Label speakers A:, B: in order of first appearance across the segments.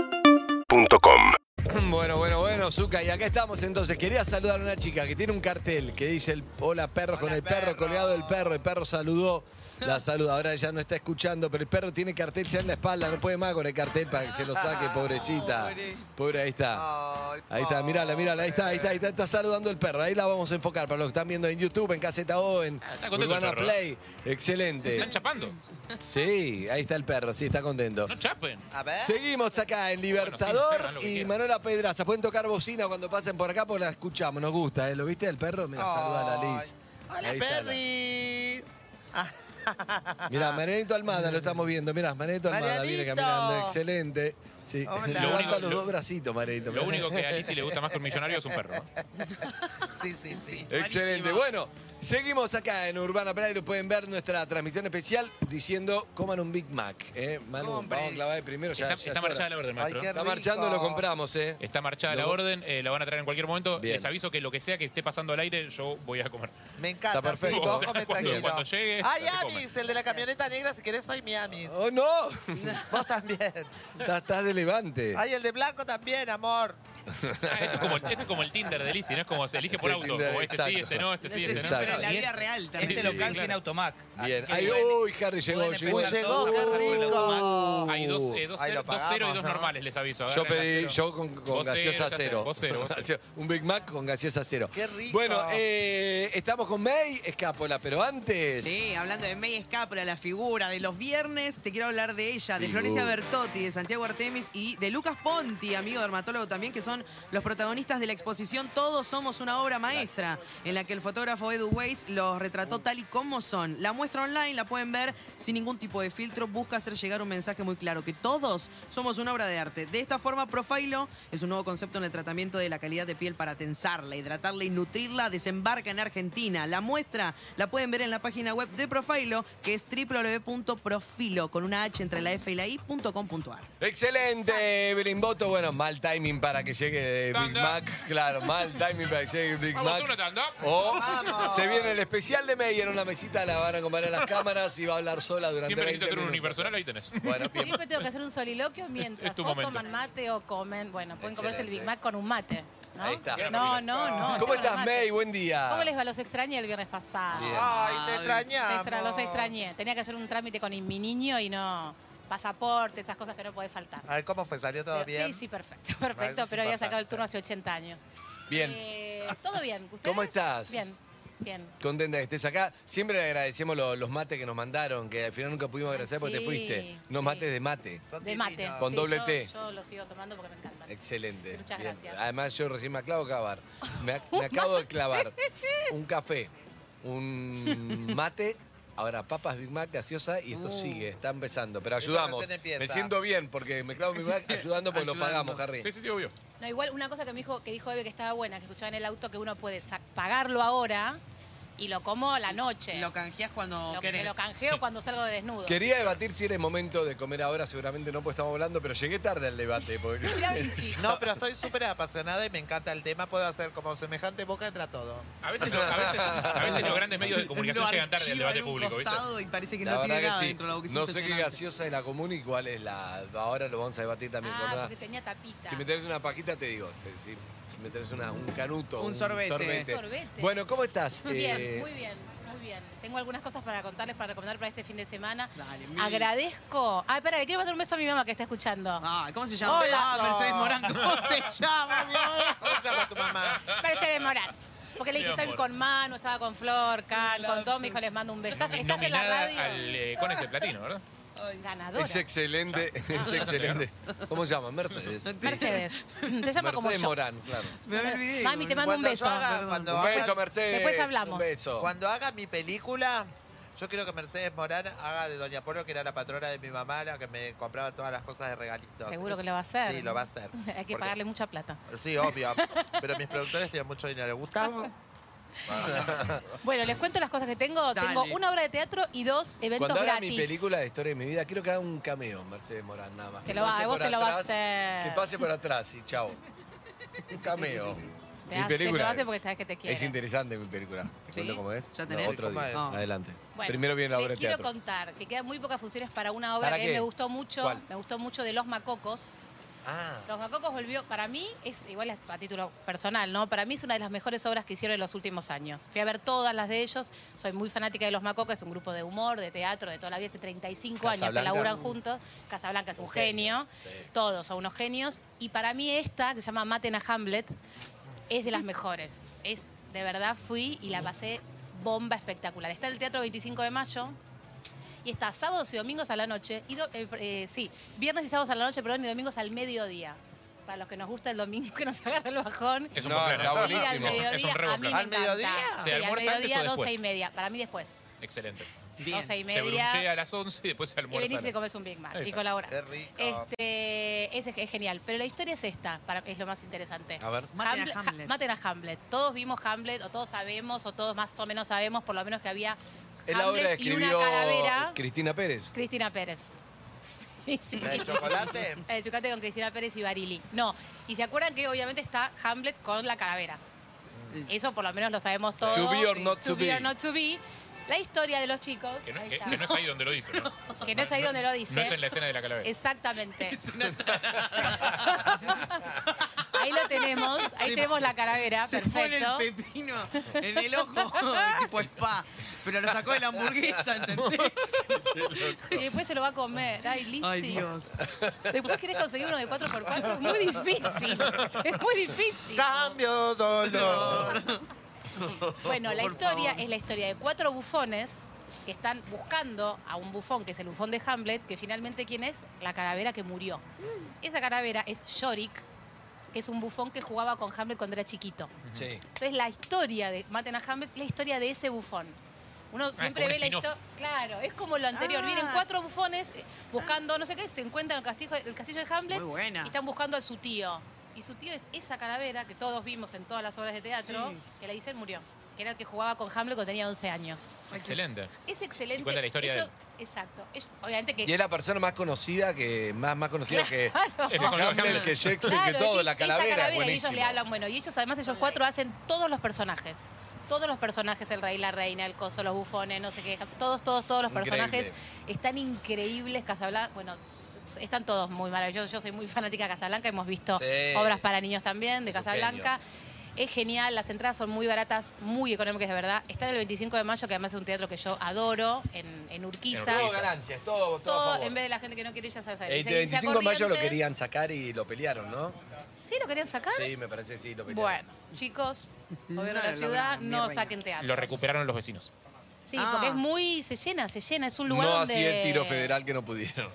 A: UrbanaPlayFM.com
B: Bueno, bueno, bueno, Zuka, y acá estamos entonces. Quería saludar a una chica que tiene un cartel que dice el hola perro con el perro, Ah. colgado del perro. El perro saludó, la saluda. Ahora ya no está escuchando, pero el perro tiene cartel ya en la espalda, no puede más con el cartel para que se lo saque, pobrecita.
C: pobre.
B: Pobre, ahí está. Ahí está, mírala, mírala, ahí está, ahí está, ahí está, está saludando el perro. Ahí la vamos a enfocar para los que están viendo en YouTube, en Caseta O, en
D: Ah, está contento el
B: Urbana
D: perro,
B: Play. Excelente.
D: Están chapando.
B: Sí, ahí está el perro, sí, está contento.
D: No chapen.
B: Ah,
C: A ver.
B: Seguimos acá en
D: Bueno, sí,
B: Libertador
D: cerran lo que
B: y
D: quieran.
B: Manuela Pedraza. Pueden tocar bocina cuando pasen por acá porque la escuchamos, nos gusta, ¿eh? ¿Lo viste el perro? Mira, saluda a la Liz.
C: Ay. Hola,
B: Ahí está la-
C: Perry.
B: Mirá, Marianito Almada lo estamos viendo. Mirá, Marianito Almada viene
C: Marianito.
B: caminando, excelente. Sí.
C: Hola. Lo
B: Levanta
D: único-
B: los
D: lo-
B: dos bracitos, Marianito. mirá.
D: Lo único que a Lizzy le gusta más que un millonario es un perro. ¿no?
C: Sí, sí, sí.
B: Excelente. Bueno, seguimos acá en Urbana Play. Lo pueden ver nuestra transmisión especial diciendo coman un Big Mac. ¿eh? Manu,
E: Hombre.
B: vamos a clavar el primero. Ya,
D: Está,
B: ya
D: está
B: es
D: marchada
B: hora.
D: la orden,
C: Ay,
D: maestro.
C: qué
B: Está marchando,
C: Rico.
B: lo compramos, ¿eh?
D: Está marchada la
B: Lo-
D: orden, eh, la van a traer en cualquier momento.
B: Bien.
D: Les aviso que lo que sea que esté pasando al aire, yo voy a comer.
C: Me encanta.
B: Está perfecto.
C: Sí, vos
B: O sea,
C: comés
D: cuando-
C: tranquilo.
D: cuando llegue,
C: Ay,
D: se come.
C: Amis, el de la camioneta negra, si querés, soy mi Amis.
B: ¡Oh, no!
C: Vos también.
B: Estás estás de levante.
C: Ay, el de blanco también, amor.
D: Ah, esto, es como, esto es como el Tinder de Lizzy, no es como se elige por
B: Sí,
D: auto.
B: Tinder,
D: como este sí,
B: exacto.
D: este no, este sí, este
B: Exacto.
E: Pero en la
D: no.
E: vida real también.
D: sí,
E: Este
D: sí,
E: local
D: claro.
E: tiene Automac. Así
B: Bien.
E: que
B: Ahí,
E: pueden-
B: uy, Harry llegó,
E: pueden
B: llegó.
E: empezar
C: Llegó
E: todos a casa con el Automac.
C: Rico.
D: Hay dos,
B: Uh,
D: eh, dos,
C: Ahí lo
D: cero, dos cero y
C: pagamos, ¿no?
D: dos normales, les aviso.
B: Yo
D: Agarren la
B: pedí,
D: cero.
B: yo con, con
D: Vos
B: gaseosa
D: ya
B: cero.
D: Vos cero, vos cero.
B: Gaseo- Un Big Mac con gaseosa cero.
C: Qué rico.
B: Bueno, eh, estamos con May Escapola, pero antes.
E: Sí, hablando de May Escápula, la figura de los viernes, te quiero hablar de ella,
B: Figura.
E: de
D: uh.
E: Florencia Bertotti, de Santiago Artemis y de Lucas Ponti, amigo dermatólogo también, que son los protagonistas de la exposición Todos somos una obra maestra, en la que el fotógrafo Edu Weiss los retrató tal y como son. La muestra online la pueden ver sin ningún tipo de filtro, busca hacer llegar un mensaje muy claro, que todos somos una obra de arte. De esta forma, Profilo es un nuevo concepto en el tratamiento de la calidad de piel para tensarla, hidratarla y nutrirla, desembarca en Argentina. La muestra la pueden ver en la página web de Profilo, que es www.profilo, con una H entre la F y la I.com.ar.
B: Excelente, Belimboto. Bueno, mal timing para que llegue Big
D: Tanda.
B: Mac. Claro, mal timing para que llegue Big
D: Vamos,
B: Mac.
D: una tanda.
B: O
C: Vamos.
B: se viene el especial de May en una mesita, la van a acompañar las cámaras y va a hablar sola durante
D: Siempre
B: 20
D: necesitas ser un
B: minutos.
D: unipersonal, ahí tenés.
B: Bueno, bien.
F: Siempre tengo que hacer un soliloquio mientras
D: Es tu
F: o
D: momento.
F: coman mate o comen, bueno, pueden comerse el
B: Excelente.
F: Big Mac con un mate. ¿no?
B: Ahí está.
F: No, no, no.
B: ¿Cómo
F: tengo
B: estás,
F: mate.
B: May? Buen día.
F: ¿Cómo les va? Los extrañé el viernes pasado.
B: Bien.
C: Ay, te
E: Ay,
F: Se
C: extrañamos.
F: extra- los extrañé. Tenía que hacer un trámite con mi niño y no pasaporte, esas cosas que no puede faltar.
C: A ver, ¿cómo fue? ¿Salió Ah, todo
F: Pero-
C: bien?
F: sí, sí, perfecto,
C: Bueno, eso
F: perfecto,
C: es
F: pero había
C: importante.
F: sacado el turno hace 80 años.
B: Bien.
F: Eh, Todo bien. ¿Ustedes?
B: ¿Cómo estás?
F: Bien, bien.
B: Contenta que estés acá. Siempre le agradecemos lo- los mates que nos mandaron, que al final nunca pudimos agradecer porque te
F: Sí,
B: fuiste. Unos
F: sí.
B: mates de mate.
C: Son
F: De
C: divinos.
F: mate.
B: Con doble
F: yo-
B: T.
F: Yo lo sigo tomando porque me encanta.
B: Excelente.
F: Muchas
B: Bien.
F: gracias.
B: Además, yo recién me acabo de clavar. Me, ac- me acabo de clavar un café, un mate. Ahora, papas Big Mac, gaseosa, y esto sigue, está empezando. Pero
C: Esto
B: ayudamos.
C: recién empieza.
B: Me siento bien porque me clavo Big Mac ayudando porque lo
C: Ayudando.
B: pagamos, Harry.
D: Sí, sí, sí, obvio.
F: No, igual una cosa que me dijo, que dijo Eve que estaba buena, que escuchaba en el auto que uno puede sa- pagarlo ahora y lo como a la noche.
E: Lo canjeas cuando
F: Lo-
E: querés.
F: me lo canjeo cuando salgo de desnudo.
B: Quería debatir si era el momento de comer ahora, seguramente no, pues estamos hablando, pero llegué tarde al debate. porque-
F: Mirá, Lizzy.
C: No, pero estoy súper apasionada y me encanta el tema. Puedo hacer como semejante boca, entra todo.
D: A veces, lo- a veces, a veces los grandes medios de comunicación
E: Lo
D: llegan tarde al
E: archiva
D: debate
E: en un
D: público, ¿viste?
E: costado Y parece que
B: La
E: no
B: verdad
E: tiene
B: que
E: nada
B: sí.
E: dentro de la boca. es
B: No sé qué
E: impresionante.
B: gaseosa es la común y cuál es la. Ahora lo vamos a debatir también. con
F: Ah,
B: una-
F: porque tenía tapita.
B: Si me tenés una paquita, te digo. Si, si- si me tenés una- un canuto.
E: Un sorbete.
F: Un sorbete.
B: Bueno, ¿cómo estás?
F: Muy bien,
B: Eh,
F: muy bien, muy bien. Tengo algunas cosas para contarles, para recomendar para este fin de semana.
E: Dale, mil.
F: Agradezco. Ah, espera, le quiero mandar un beso a mi mamá que está escuchando.
E: Ah, ¿cómo se llama?
F: Hola.
E: Ah, Mercedes Morán, ¿cómo se llama? mi amor?
C: ¿Cómo se llama tu mamá?
F: Mercedes Morán. Porque le
D: Mi
F: dije, estoy
D: amor.
F: con Manu, estaba con Flor, Can, con Tommy, hijo, les mando un beso. Estás, estás en la
D: Nominada
F: radio.
D: al eh, con este platino, ¿verdad?
F: Ganadora.
B: es excelente, es excelente. ¿Cómo se llama? Mercedes. Sí.
F: Mercedes. Se llama como
B: Mercedes
F: yo.
B: Morán, claro.
E: Me había olvidado.
F: Mami, te mando un
C: Cuando yo
F: beso.
C: haga-
F: Perdón.
C: cuando
B: Un
C: haga-
B: beso, Mercedes.
F: después hablamos.
B: Un beso.
C: Cuando haga mi película, yo quiero que Mercedes Morán haga de Doña Polo, que era la patrona de mi mamá, la que me compraba todas las cosas de regalitos.
F: Seguro que lo va a hacer.
C: Sí, lo va a hacer.
F: Hay que
C: Porque-
F: pagarle mucha plata.
C: Sí, obvio. Pero mis productores tienen mucho dinero. Gustavo,
F: Bueno, les cuento las cosas que tengo.
E: Dale.
F: Tengo una obra de teatro y dos eventos
B: Cuando haga
F: gratis.
B: mi película de historia de mi vida, quiero que haga un cameo, Mercedes Morán, nada más.
F: Te
B: Que
F: lo va-
B: pase
F: vos
B: por
F: te lo vas a
B: atrás,
F: hacer.
B: Que pase por atrás y chao. Un cameo.
F: Te hace- te lo hace porque sabes que te quiere.
B: Es interesante mi película. ¿Te
E: Sí,
B: cuento cómo es?
E: ya
B: No,
E: tenés.
B: otro
C: ¿Cómo
B: día.
C: es?
E: No.
B: Adelante.
F: Bueno,
B: Primero viene la obra
F: les
B: de
F: quiero
B: teatro.
F: contar que quedan muy pocas funciones para una obra
B: ¿Para
F: que a mí
B: qué?
F: me gustó mucho.
B: ¿Cuál?
F: Me gustó mucho de Los Macocos.
C: Ah.
F: Los Macocos volvió, para mí, es igual es a título personal, ¿no? Para mí es una de las mejores obras que hicieron en los últimos años. Fui a ver todas las de ellos, soy muy fanática de Los Macocos, es un grupo de humor, de teatro, de toda la vida, hace 35 años que
B: Casablanca.
F: laburan juntos. Casablanca es un, genio, todos son unos genios. Y para mí esta, que se llama Maten a Hamlet, es de las mejores. Es, de verdad fui y la pasé bomba espectacular. Está en el Teatro 25 de Mayo, y está sábados y domingos a la noche. Y do- eh, eh, sí, viernes y sábados a la noche, perdón, y domingos al mediodía. Para los que nos gusta el domingo, que nos agarra el bajón.
D: Es un
B: No,
D: buen
B: está
D: plan.
F: Ir
B: buenísimo.
D: Es
F: al
D: un-
F: mediodía,
D: Es un re
F: a
D: buen
F: mí
D: plan.
F: me
C: ¿Al
F: encanta.
C: mediodía?
F: Sí,
D: ¿Se
F: al
D: almuerza antes
F: mediodía,
D: o después?
F: 12 y media. Para mí después.
D: Excelente.
F: 12 y
D: Se brunchea
F: media.
D: a las 11 y después se
F: Y
D: almuerza.
F: venís y te comes un Big Mac y
D: Exacto.
F: colaborás.
C: Qué rico.
F: Este, es, es genial. Pero la historia es esta, para, es lo más interesante.
C: A ver.
E: Maten a
F: ha-
E: Hamlet.
F: maten a Hamlet. Todos vimos Hamlet, o todos sabemos, o todos más o menos sabemos, por lo menos que había
B: Es la obra que
F: Hamlet y una
B: escribió
F: calavera.
B: Cristina Pérez.
F: Cristina Pérez. Y sí.
C: ¿La de chocolate?
F: El Chucate con Cristina Pérez y Barili. No. Y se acuerdan que obviamente está Hamlet con la calavera. Eso por lo menos lo sabemos todos.
B: Mm. To be or not
F: To
B: to
F: be
B: be.
F: or not to be. La historia de los chicos.
D: Que no,
F: Ahí
D: que-
F: está.
D: que no es ahí donde lo dice, ¿no? O sea,
F: Que no es ahí donde lo dice.
D: No es en la escena de la calavera.
F: Exactamente. ahí lo tenemos. Ahí
E: Se-
F: tenemos la calavera.
E: Se pone
F: ah, Perfecto.
E: el pepino en el ojo, tipo spa. Pero lo sacó de la hamburguesa, ¿entendés?
F: Y después se lo va a comer. Ay, Lizzy.
E: Ay, Dios.
F: Después querés conseguir uno de 4x4. Es muy difícil. Es muy difícil.
C: Cambio dolor.
F: Bueno, la
E: Por
F: historia
E: favor.
F: es la historia de cuatro bufones que están buscando a un bufón, que es el bufón de Hamlet, que finalmente quién es? La calavera que murió. Esa calavera es Yorick, que es un bufón que jugaba con Hamlet cuando era chiquito.
B: Sí.
F: Entonces la historia de Maten a Hamlet, la historia de ese bufón. Uno siempre
D: Ah, como un
F: ve la
D: spin-off.
F: historia. Claro, es como lo anterior.
E: Ah.
F: Vienen cuatro bufones eh, buscando, no sé qué, se encuentran en el castillo, el castillo de Hamlet
E: Muy buena.
F: y están buscando a su tío. Y su tío es esa calavera que todos vimos en todas las obras de teatro,
E: Sí.
F: que le dicen murió. Que era el que jugaba con Hamlet cuando tenía 11 años.
D: Excelente.
F: Es excelente.
D: cuenta la historia de
F: Ellos- Exacto. Ellos- obviamente que.
B: Y es la persona más conocida que más, más conocida que,
D: Es
B: que
D: mejor que
B: Hamlet,
D: Hamlet.
B: que Shakespeare, que
F: Claro,
B: todo,
F: sí,
B: la
F: esa
B: calavera,
F: y ellos
B: buenísimo.
F: le hablan, bueno, y ellos además, ellos cuatro hacen todos los personajes. Todos los personajes, el rey, la reina, el coso, los bufones, no sé qué, todos, todos, todos los personajes están increíbles, Casablanca, bueno, están todos muy maravillosos. Yo soy muy fanática de Casablanca, hemos visto
B: Sí.
F: obras para niños también de
B: Es un
F: Casablanca. Es genial, las entradas son muy baratas, muy económicas de verdad. Está en el 25 de mayo, que además es un teatro que yo adoro, en, en Urquiza.
D: En
B: Todo
D: Urquiza.
B: ganancias, todo, todo, a
F: Todo,
B: favor.
F: en vez de la gente que no quiere ir, ya sabes.
B: El de 25 de mayo lo querían sacar y lo pelearon, ¿no?
F: Sí, lo querían sacar.
B: Sí, me parece que sí, lo pelearon.
F: Bueno, chicos, gobierno
E: No
F: de la
E: lo
F: ciudad,
E: lograron, mi
F: no
E: reina.
F: saquen teatro.
D: Lo recuperaron los vecinos.
F: Sí,
E: Ah.
F: porque es muy. Se llena, se llena. Es un lugar
B: no
F: donde.
B: así el tiro federal que no pudieron.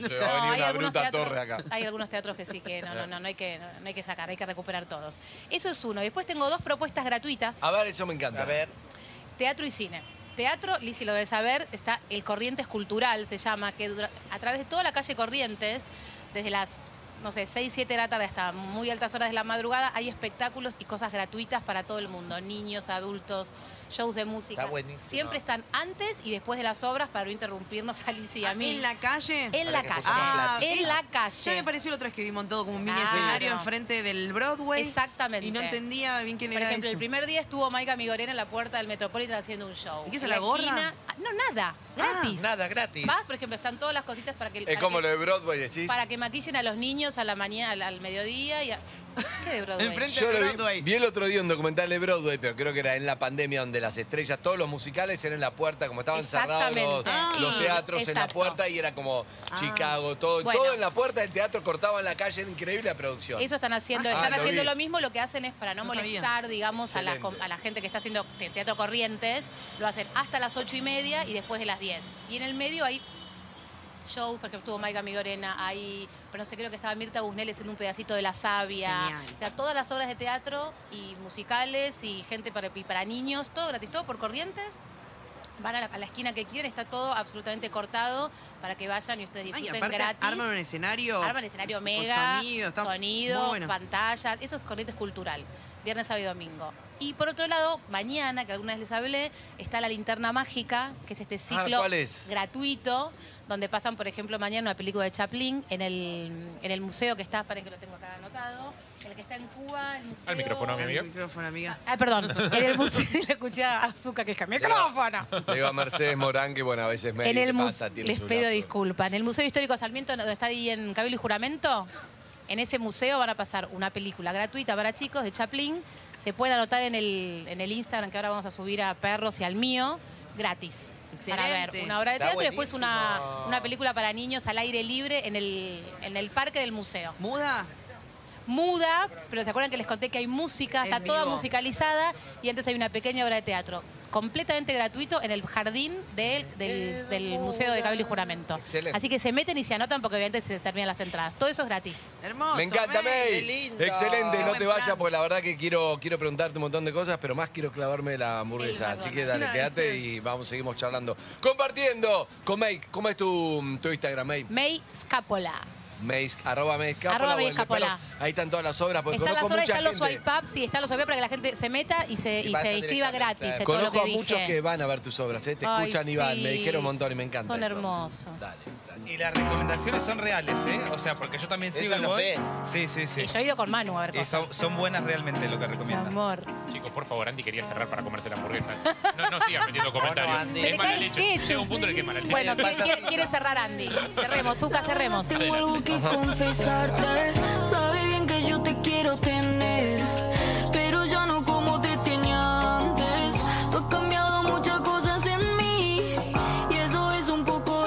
B: Se va
F: No,
B: a venir
F: hay
B: una
F: algunos
B: bruta
F: teatros-
B: torre acá.
F: Hay algunos teatros que sí que no, no, no, no hay que, no, no hay que sacar, hay que recuperar todos. Eso es uno. Después tengo dos propuestas gratuitas:
B: A ver, eso me encanta.
C: A ver.
F: teatro y cine. Teatro, Lisi lo debe saber, está el Corrientes Cultural, se llama, que dura- a través de toda la calle Corrientes, desde las, no sé, 6, 7 de la tarde hasta muy altas horas de la madrugada, hay espectáculos y cosas gratuitas para todo el mundo, niños, adultos, shows de música.
C: Está buenísimo.
F: Siempre están antes y después de las obras para no interrumpirnos a Lisi y a mí.
E: Ah, ¿En la calle?
F: En
C: Para
F: la
C: que
F: calle.
E: Ah,
F: en
E: es-
F: la
E: Ya me
F: calle. Ah,
E: pareció el otro vez que vimos todo como un mini
F: Claro.
E: escenario enfrente del Broadway.
F: Exactamente.
E: Y no entendía bien quién
F: Por
E: era
F: ejemplo,
E: eso.
F: el primer día estuvo Maika Migorena en la puerta del Metropolitan haciendo un show.
E: ¿Y qué es,
F: En
E: la gorra?
F: esquina- Ah, No, nada. Gratis.
C: Nada, gratis.
F: Vas, por ejemplo, están todas las cositas para que,
B: Es
F: para
B: como
F: que-
B: lo de Broadway, decís.
F: para que maquillen a los niños a la mañana, al, al mediodía y a... ¿Qué de Broadway?
E: Enfrente-
B: Yo lo vi,
E: Broadway.
B: vi el otro día un documental de Broadway, pero creo que era en la pandemia donde las estrellas, todos los musicales eran en la puerta, como estaban cerrados los,
F: Exactamente.
B: los
F: Ah.
B: teatros en la
F: Exacto. Ah.
B: puerta y era como Chicago, todo,
F: Bueno.
B: todo en la puerta del teatro, cortaban la calle, era increíble la producción.
F: Eso están haciendo,
B: Ah,
F: están
B: lo
F: haciendo
B: vi.
F: lo mismo, lo que hacen es para no,
E: No sabía.
F: molestar, digamos, a la,
B: Excelente.
F: a la gente que está haciendo te- teatro corrientes, lo hacen hasta las ocho y media y después de las 10. Y en el medio hay shows, por ejemplo, estuvo Maika Migorena, hay, pero no sé, creo que estaba Mirta Busnell haciendo un pedacito de la savia.
E: Genial.
F: O sea, todas las obras de teatro y musicales y gente para, y para niños, todo gratis, todo por corrientes. Van a la, a la esquina que quieren, está todo absolutamente cortado para que vayan y ustedes
E: Ay,
F: disfruten
E: aparte
F: gratis.
E: arman un escenario.
F: Arman escenario
E: con
F: mega,
E: Sonido, está
F: sonido,
E: muy bueno.
F: pantalla, eso es corriente cultural, viernes, sábado y domingo. Y por otro lado, mañana, que alguna vez les hablé, está la linterna mágica, que es este
B: Ah,
F: ciclo
B: ¿cuál es?
F: gratuito donde pasan, por ejemplo, mañana una película de Chaplin en el, en el museo que está, para que lo tengo acá anotado, el que está en Cuba, el museo...
D: Al micrófono, amigo.
E: El micrófono, amiga.
F: Ah, perdón, en el museo, le escuché a Azúcar que es micrófono.
B: Le digo a Mercedes Morán que, bueno, a veces me
F: En el
B: ¿qué
F: mu-
B: pasa? Tienes
F: les
B: un
F: pido
B: lapso.
F: disculpas. En el Museo Histórico de Sarmiento, donde está ahí en Cabildo y Juramento, en ese museo van a pasar una película gratuita para chicos de Chaplin. Se pueden anotar en el, en el Instagram que ahora vamos a subir a Perros y al mío, gratis. Para ver
E: Excelente.
F: una obra de
C: Está
F: teatro y después
C: buenísimo.
F: una, una película para niños al aire libre en el, en el parque del museo.
E: ¿Muda?
F: Muda, pero ¿se acuerdan que les conté que hay música? Está
E: En
F: toda
E: vivo.
F: musicalizada y antes hay una pequeña obra de teatro completamente gratuito en el jardín del,
B: Eh,
F: del- del Museo de Cabildo y Juramento.
B: Excelente.
F: Así que se meten y se anotan porque obviamente se les terminan las entradas. Todo eso es gratis.
E: Hermoso.
B: Me encanta,
E: May.
B: May.
C: qué lindo.
B: Excelente,
E: Qué
B: no
E: buen
B: te vayas
E: plan.
B: porque la verdad que quiero, quiero preguntarte un montón de cosas, pero más quiero clavarme la hamburguesa.
F: Sí,
B: Así que dale,
E: perdón.
B: quédate y vamos, seguimos charlando. Compartiendo con May. ¿Cómo es tu, tu Instagram, May?
F: May Scapola.
B: May, arroba May Escapola
F: Arroba
B: o
F: May
B: el de
F: Escapola.
B: Perros. Ahí están todas las obras, porque
F: Están las
B: Pues conozco
F: horas,
B: mucha
F: están los
B: gente.
F: swipe ups, sí, están los swipe ups para que la gente se meta y se,
C: Y
F: y
C: vaya
F: se inscriba
C: directamente.
F: gratis. es todo lo
B: Conozco
F: que
B: a muchos
F: dije.
B: que van a ver tus obras, ¿eh? te
F: Ay,
B: escuchan y van, me
F: sí.
B: dijeron un montón y me encanta.
F: Son
B: eso.
F: hermosos.
B: Dale, dale.
A: Y las recomendaciones son reales, ¿eh? O sea, porque yo también sigo
C: Ella
A: y
C: los
A: voy.
C: ve.
A: Sí, sí, sí.
F: Sí, yo he ido con Manu a ver
A: Y son,
F: cosas.
A: son buenas realmente lo que
F: Mi
A: recomiendan.
F: amor.
D: Chicos, por favor, Andy quería cerrar para comerse la hamburguesa. No, no sigas metiendo comentarios.
C: No, no, Andy.
F: Se
D: Es
F: le
D: mala
F: cae el
D: leche. Llega
F: ketchup.
D: un punto en el que es mala leche.
F: Bueno, ¿quién
C: Payasito.
F: quiere, quiere cerrar Andy? Cerremos, Zuka, cerremos.
G: Tengo algo que confesarte. Sabes bien que yo te quiero tener, pero ya no como te tenía antes. Tú has cambiado muchas cosas en mí y eso es un poco